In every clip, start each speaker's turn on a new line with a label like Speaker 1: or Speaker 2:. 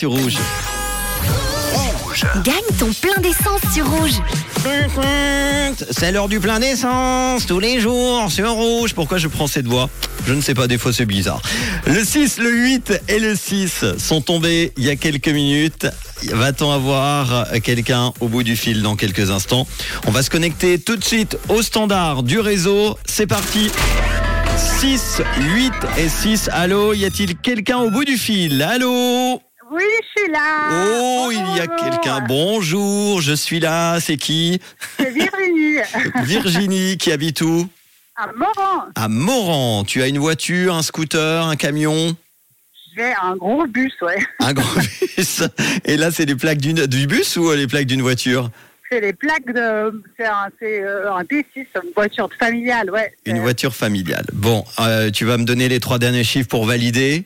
Speaker 1: sur Rouge.
Speaker 2: Gagne ton plein d'essence sur rouge.
Speaker 1: C'est l'heure du plein d'essence, tous les jours, sur Rouge. Pourquoi je prends cette voix Je ne sais pas, des fois c'est bizarre. Le 6, le 8 et le 6 sont tombés il y a quelques minutes. Va-t-on avoir quelqu'un au bout du fil dans quelques instants On va se connecter tout de suite au standard du réseau. C'est parti 6, 8 et 6. Allô, y a-t-il quelqu'un au bout du fil Allô
Speaker 3: Oui, je suis là.
Speaker 1: Oh, il y a
Speaker 3: Bonjour.
Speaker 1: quelqu'un. Bonjour, je suis là. C'est qui
Speaker 3: C'est Virginie.
Speaker 1: Virginie qui habite où
Speaker 3: À Moran,
Speaker 1: À Moran. Tu as une voiture, un scooter, un camion,
Speaker 3: j'ai un gros bus, ouais.
Speaker 1: un grand bus. Et là, c'est les plaques d'une- du bus ou euh, les plaques d'une voiture
Speaker 3: C'est les plaques de. C'est un, c'est, euh, un T6, une voiture familiale, ouais.
Speaker 1: Une
Speaker 3: C'est-
Speaker 1: voiture familiale. Bon, euh, tu vas me donner les trois derniers chiffres pour valider.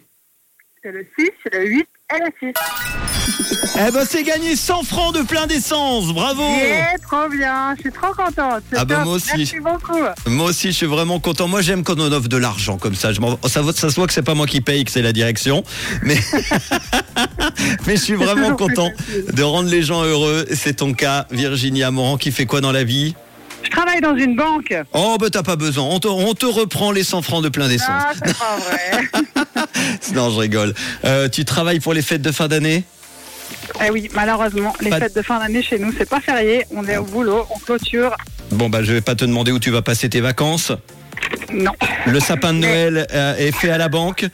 Speaker 3: C'est le 6, le 8 et le 6.
Speaker 1: Eh ben, c'est gagné 100 francs de plein d'essence. Bravo
Speaker 3: Yeah, trop bien. Je suis trop contente. C'est
Speaker 1: Oh. Ah bah,
Speaker 3: top.
Speaker 1: moi aussi.
Speaker 3: Merci beaucoup.
Speaker 1: Moi aussi, je suis vraiment content. Moi, j'aime quand on offre de l'argent comme ça. Je m'en- ça, vaut- ça se voit que c'est pas moi qui paye, que c'est la direction. Mais, mais je suis vraiment
Speaker 3: toujours plus
Speaker 1: content
Speaker 3: facile.
Speaker 1: de rendre les gens heureux. C'est ton cas, Virginie Amoran, qui fait quoi dans la vie
Speaker 3: Je travaille dans une banque.
Speaker 1: Oh, bah t'as pas besoin. On te, on te reprend les 100 francs de plein d'essence.
Speaker 3: Ah, c'est pas vrai.
Speaker 1: Non, je rigole. Euh, tu travailles pour les fêtes de fin d'année
Speaker 3: eh oui, malheureusement, les
Speaker 1: Pas-
Speaker 3: fêtes de fin d'année chez nous, c'est pas férié. On est au boulot, on clôture.
Speaker 1: Bon, bah je vais pas te demander où tu vas passer tes vacances.
Speaker 3: Non.
Speaker 1: Le sapin de Noël euh, est fait à la banque.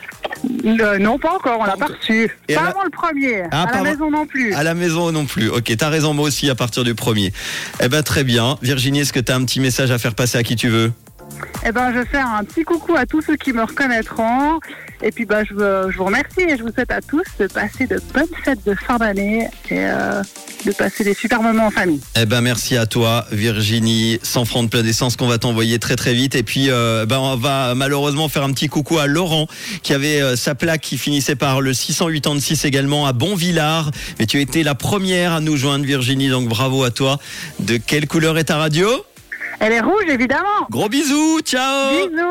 Speaker 3: Le- non, pas encore, on l'a pas reçu.
Speaker 1: Et à
Speaker 3: pas
Speaker 1: la-
Speaker 3: avant le premier.
Speaker 1: Ah,
Speaker 3: à
Speaker 1: pas
Speaker 3: la
Speaker 1: avant-
Speaker 3: maison non plus.
Speaker 1: À la maison non plus. Ok, t'as raison, moi aussi, à partir du premier. Eh ben, très bien. Virginie, est-ce que t'as un petit message à faire passer à qui tu veux
Speaker 3: Eh ben, je vais faire un petit coucou à tous ceux qui me reconnaîtront. Et puis, ben, je, veux- je vous remercie et je vous souhaite à tous de passer de bonnes fêtes de fin d'année et euh, de passer des super moments en famille.
Speaker 1: Eh ben, merci à toi, Virginie. 100 francs de plein d'essence qu'on va t'envoyer très très vite. Et puis, euh, ben, on va malheureusement faire un petit coucou à Laurent, qui avait euh, sa plaque qui finissait par le 686 également à Bonvillard. Mais tu étais la première à nous joindre, Virginie. Donc, bravo à toi. De quelle couleur est ta radio
Speaker 3: Elle est rouge, évidemment.
Speaker 1: Gros bisous, ciao
Speaker 3: Bisous.